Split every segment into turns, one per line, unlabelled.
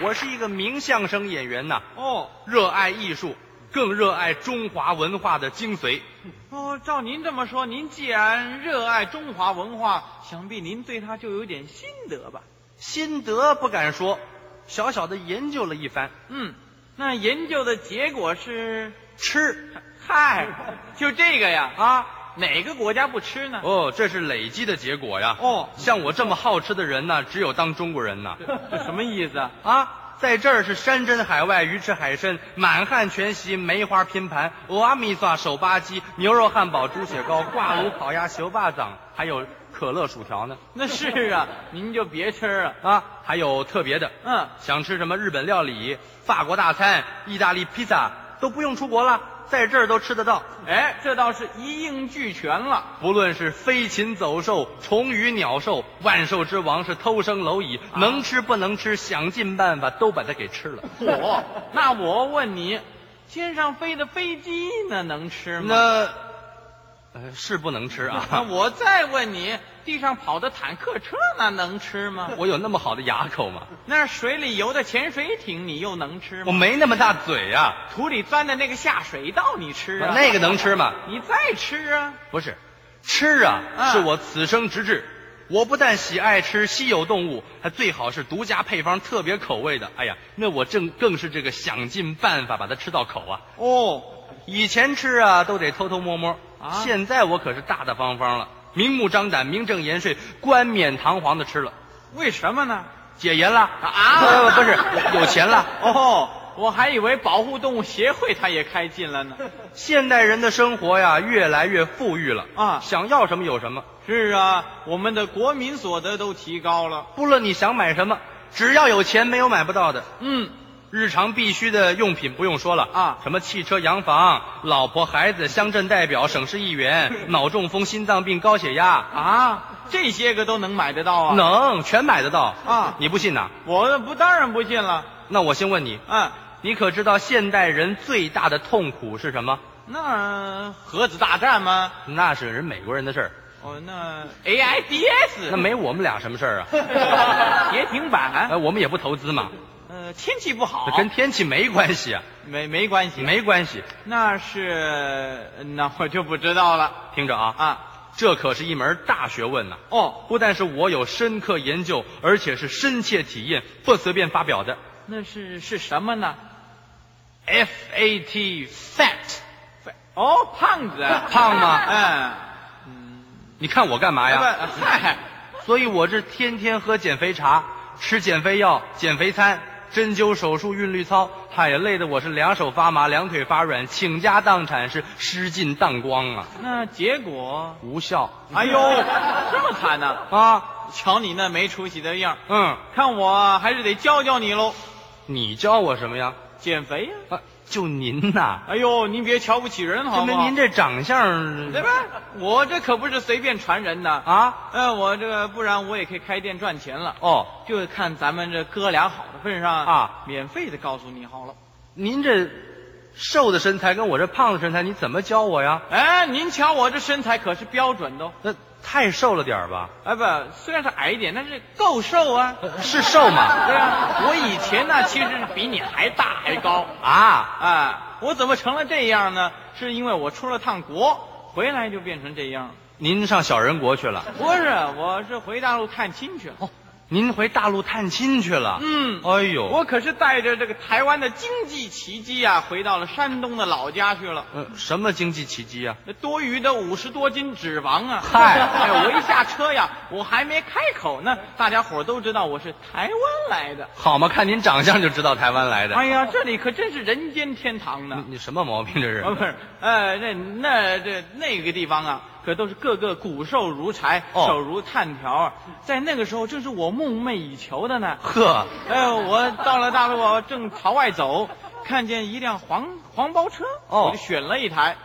我是一个名相声演员呐，
哦
热爱艺术，更热爱中华文化的精髓。
哦，照您这么说，您既然热爱中华文化，想必您对它就有点心得吧？
心得不敢说，小小的研究了一番，
嗯，那研究的结果是，
吃
嗨，就这个呀啊，
啊，
哪个国家不吃呢？
哦，这是累积的结果呀。
哦
像我这么好吃的人呢，只有当中国人呐。
这什么意思啊？
啊，在这儿是山珍海味、鱼翅海参、满汉全席、梅花拼盘、俄阿米萨手扒鸡、牛肉汉堡、猪血糕、挂炉烤鸭、小霸掌，还有可乐薯条呢。
那是 啊，您就别吃了。
啊，还有特别的，
嗯，
想吃什么日本料理、法国大餐、意大利披萨，都不用出国了，在这儿都吃得到。
哎，这倒是一应俱全了。
不论是飞禽走兽、虫鱼鸟兽，万兽之王是偷生蝼蚁，能吃不能吃，想尽办法都把它给吃了。
嚯、 那我问你，天上飞的飞机那能吃吗？
那，呃，是不能吃
那
啊。
我再问你，地上跑的坦克车那能吃吗？
我有那么好的牙口吗？
那水里游的潜水艇你又能吃
我
吗？
没那么大嘴呀、
土里钻的那个下水道你吃啊？
那个能吃吗？
你再吃啊？
不是，吃啊、
啊
是我此生直至。我不但喜爱吃稀有动物，还最好是独家配方、特别口味的。哎呀，那我正更是这个想尽办法把它吃到口啊。
哦，
以前吃啊都得偷偷摸摸，
啊
现在我可是大大方方了，明目张胆、名正言顺、冠冕堂皇的吃了，
为什么呢？
解严了
啊
不不是有钱了。
哦，我还以为保护动物协会它也开 禁了呢。
现代人的生活呀越来越富裕了
啊
想要什么有什么，
是啊，我们的国民所得都提高了。
不论你想买什么，只要有钱没有买不到的。
嗯，
日常必需的用品不用说了
啊
什么汽车、洋房、老婆、孩子、乡镇代表、省市议员、 脑中风、心脏病、高血压，
啊，这些个都能买得到啊？
能全买得到
啊
你不信呐？
我不当然不信了。
那我先问你，
嗯，
你可知道现代人最大的痛苦是什么？
那核子大战吗？
那是人美国人的事 儿，
哦，那 AIDS
那没我们俩什么事 儿啊？
跌停板，
哎，我们也不投资嘛，
啊呃，天气不好
这，跟天气没关系啊，
没没关系，
没关系。
那是那我就不知道了
听着啊，
啊。
这可是一门大学问呐、
哦，
不但是我有深刻研究，而且是深切体验，不随便发表的。
那是是什么呢？
F A T fat，
哦，胖子，
胖吗
嗯，
你看我干嘛
哎
呀？
不，嗨，
所以我这天天喝减肥茶，吃减肥药、减肥餐、针灸、手术、韵律操，哎呀，累得我是两手发麻，两腿发软，倾家荡产是失尽荡光啊，
那结果，
无效
哎呦，这么惨呢、
啊。
瞧你那没出息的样儿，
嗯，
看我还是得教教你喽，
你教我什么呀？
减肥呀、
啊，就您呐，
哎呦，您别瞧不起人好
就
不
您
好？
您这长相，
对吧？我这可不是随便传人的啊！
啊，
呃，我这个不然我也可以开店赚钱了。
哦，
就看咱们这哥俩好的份上
啊，
免费的告诉你好了。
您这瘦的身材跟我这胖的身材，你怎么教我呀？
哎，您瞧我这身材可是标准的哦，
那太瘦了点儿吧？
哎不，虽然是矮一点，但是够瘦啊。
呃是瘦吗？
对啊，我以前呢其实是比你还大还高
啊，
啊，我怎么成了这样呢？是因为我出了趟国，回来就变成这样了。
您上小人国去了？
不是，我是回大陆探亲去了。
您回大陆探亲去了？
嗯
哎呦，
我可是带着这个台湾的经济奇迹啊，回到了山东的老家去了。
呃什么经济奇迹啊？
那多余的五十多斤脂肪啊！
嗨
哎，我一下车呀，我还没开口呢，大家伙儿都知道我是台湾来的。
好嘛，看您长相就知道台湾来的。
哎呀，这里可真是人间天堂呢！
你你什么毛病这是？
哦，不是，呃，那那这那个地方啊，可都是个个骨瘦如柴，
哦
手如炭条啊，在那个时候正是我梦寐以求的呢。
呵，
哎，我到了大陆，啊我正朝外走，看见一辆黄黄包车，
哦
我就选了一台。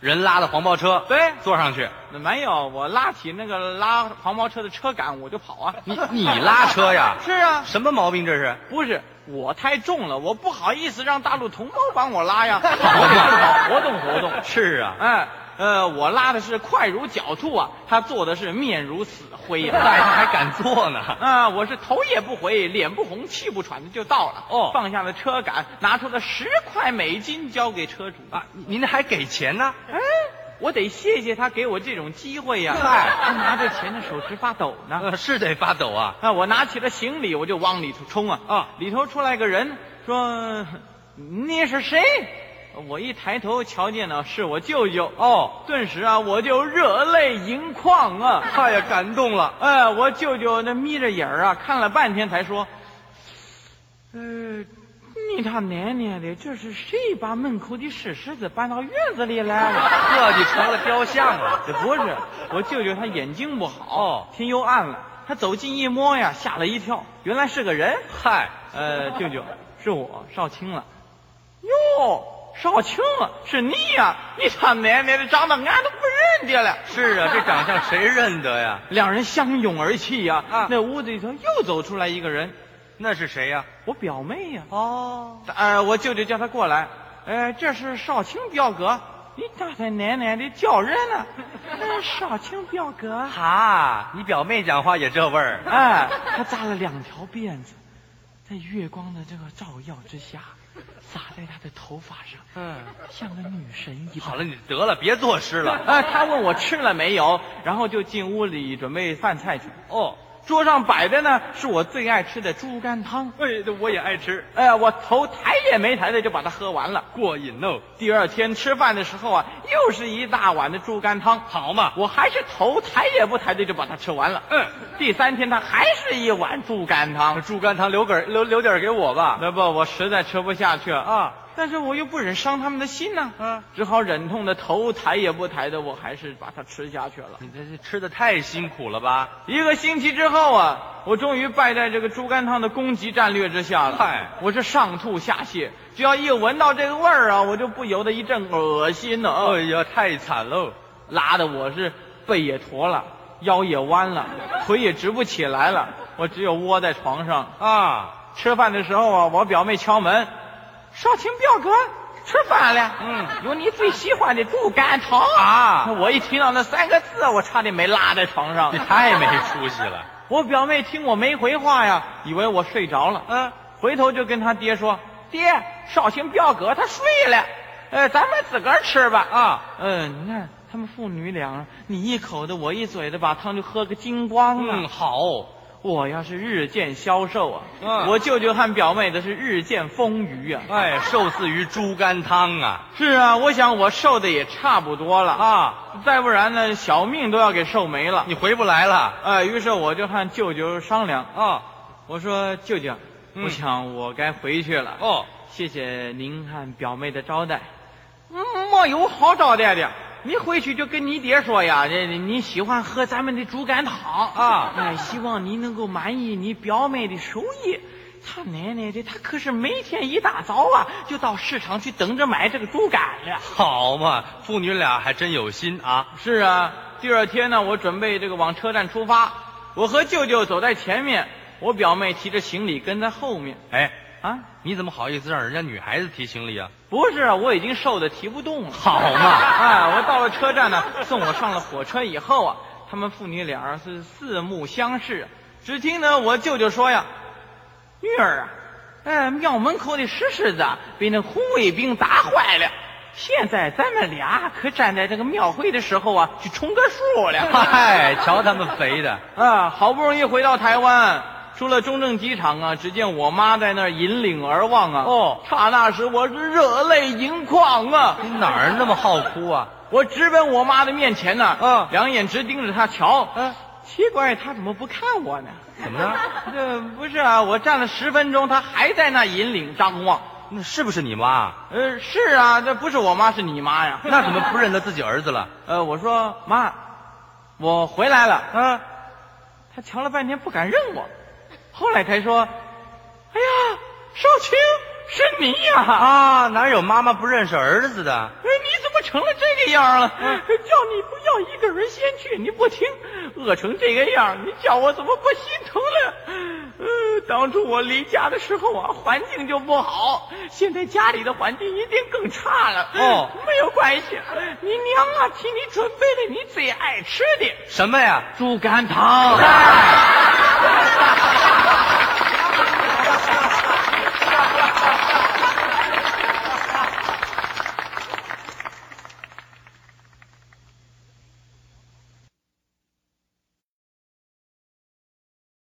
人拉的黄包车，
对，
坐上去。
那没有，我拉起那个拉黄包车的车杆，我就跑啊。？
你你拉车呀
是啊，
什么毛病这是？
不是我太重了，我不好意思让大陆同胞帮我拉呀。
好嘛
活动活动。
是啊，
哎，呃，我拉的是快如狡兔啊，他坐的是面如死 灰呀、
大爷还敢坐呢？
啊，我是头也不回，脸不红，气不喘的就到了。
哦
放下了车杆，拿出了十块美金交给车主。
啊，您还给钱呢？
哎，我得谢谢他给我这种机会呀、
嗨
他拿着钱的手直发抖呢。
呃，是得发抖啊。
啊，我拿起了行李，我就往里头冲啊。
啊
里头出来个人，说：“你是谁？”我一抬头瞧见了，是我舅舅。
哦，
顿时啊，我就热泪盈眶啊。
太呀，感动了。
哎，我舅舅那眯着眼儿啊，看了半天才说：“呃，你他奶奶的，这是谁把门口的石狮子搬到院子里来 了
这就成了雕像？”了。
这不是，我舅舅他眼睛不好，
哦
天又暗了，他走近一摸呀，吓了一跳，原来是个人。
嗨，
呃，舅舅，是我少卿了。哟，少卿啊，是你呀、你他奶奶的，长得俺都不认得了。
是啊，这长相谁认得呀？
两人相拥而泣呀、
啊
那屋子里头又走出来一个人，
那是谁呀？
我表妹呀、
哦，
呃，我舅舅叫他过来。呃，这是少卿表哥，你大太奶奶的叫人 呢、呃少卿表哥，
哈，你表妹讲话也这味儿。
哎，他扎了两条辫子，在月光的这个照耀之下，洒在他的头发上，
嗯，
像个女神一般。
好了，你得了，别作诗了。
啊，他问我吃了没有，然后就进屋里准备饭菜去。
哦，
桌上摆的呢是我最爱吃的猪肝汤，
哎，我也爱吃，
哎呀，我头抬也没抬的就把它喝完了。
过瘾哦。
第二天吃饭的时候啊，又是一大碗的猪肝汤，
好嘛，
我还是头抬也不抬的就把它吃完了。
嗯，
第三天他还是一碗猪肝汤，
猪肝汤留根儿留留点儿给我吧。
那不我实在吃不下去啊，
啊，
但是我又不忍伤他们的心呐、
嗯
只好忍痛的头抬也不抬的，我还是把它吃下去了。
你这这吃的太辛苦了吧？
一个星期之后啊，我终于败在这个猪肝汤的攻击战略之下了。
嗨
我是上吐下泻，只要一闻到这个味儿啊，我就不由得一阵恶心呢、
哎呀，太惨喽。
拉的我是背也驼了，腰也弯了，腿也直不起来了，我只有窝在床上。
啊，
吃饭的时候啊，我表妹敲门，少卿表哥吃饭了，
嗯，
有你最喜欢的猪肝汤
啊
我一听到那三个字，我差点没拉在床上
你。哎太没出息了。
我表妹听我没回话呀，以为我睡着了，
嗯，
回头就跟他爹说：“爹，绍兴表哥他睡了，呃，咱们自个儿吃吧。”
啊，
嗯，你看他们父女俩，你一口的我一嘴的，把汤就喝个精光了。
嗯，好。
我要是日渐消瘦啊，
嗯
我舅舅和表妹的是日渐丰腴啊。
哎，受赐于猪肝汤啊。
是啊，我想我瘦的也差不多了啊，
啊，
再不然呢，小命都要给瘦没了。
你回不来了。
呃，于是我就和舅舅商量，
啊，
我说舅舅，
嗯
我想我该回去了。
哦，
谢谢您和表妹的招待。嗯，没有好招待的，你回去就跟你爹说呀，这你喜欢喝咱们的猪肝汤
啊
哎，希望你能够满意你表妹的手艺。他奶奶的，他可是每天一大早啊，就到市场去等着买这个猪肝呀。
好嘛，父女俩还真有心啊。
是啊，第二天呢，我准备这个往车站出发，我和舅舅走在前面，我表妹提着行李跟在后面。
哎，
啊，
你怎么好意思让人家女孩子提行李啊？
不是啊，我已经瘦的提不动了。
好嘛，
哎，我到了车站呢，送我上了火车以后啊，他们父女俩儿是四目相视。只听呢，我舅舅说呀：“女儿啊，哎，庙门口的石狮子啊，被那红卫兵打坏了。现在咱们俩可站在这个庙会的时候啊，去冲个数了。
嗨，瞧他们肥的。
啊，好不容易回到台湾，出了中正机场啊，只见我妈在那儿引领而望啊。
哦，
刹那时我是热泪盈眶啊。
你哪儿那么好哭啊？
我直奔我妈的面前呢，
嗯
两眼直盯着她瞧，
嗯，
奇怪，她怎么不看我呢？
怎么了？
这不是啊，我站了十分钟，她还在那引领张望。
那是不是你妈？
呃，是啊，这不是我妈，是你妈呀。
那怎么不认得自己儿子了？
呃，我说妈，我回来了。
啊，
她瞧了半天不敢认我，后来才说，哎呀，少卿，是你呀、
啊，哪有妈妈不认识儿子的？
哎，你怎么成了这个样了？呃叫你不要一个人先去，你不听，饿成这个样，你叫我怎么不心疼了？呃，当初我离家的时候啊，环境就不好，现在家里的环境一定更差了。
哦
没有关系，你娘啊替你准备了你最爱吃的
什么呀？
猪肝汤。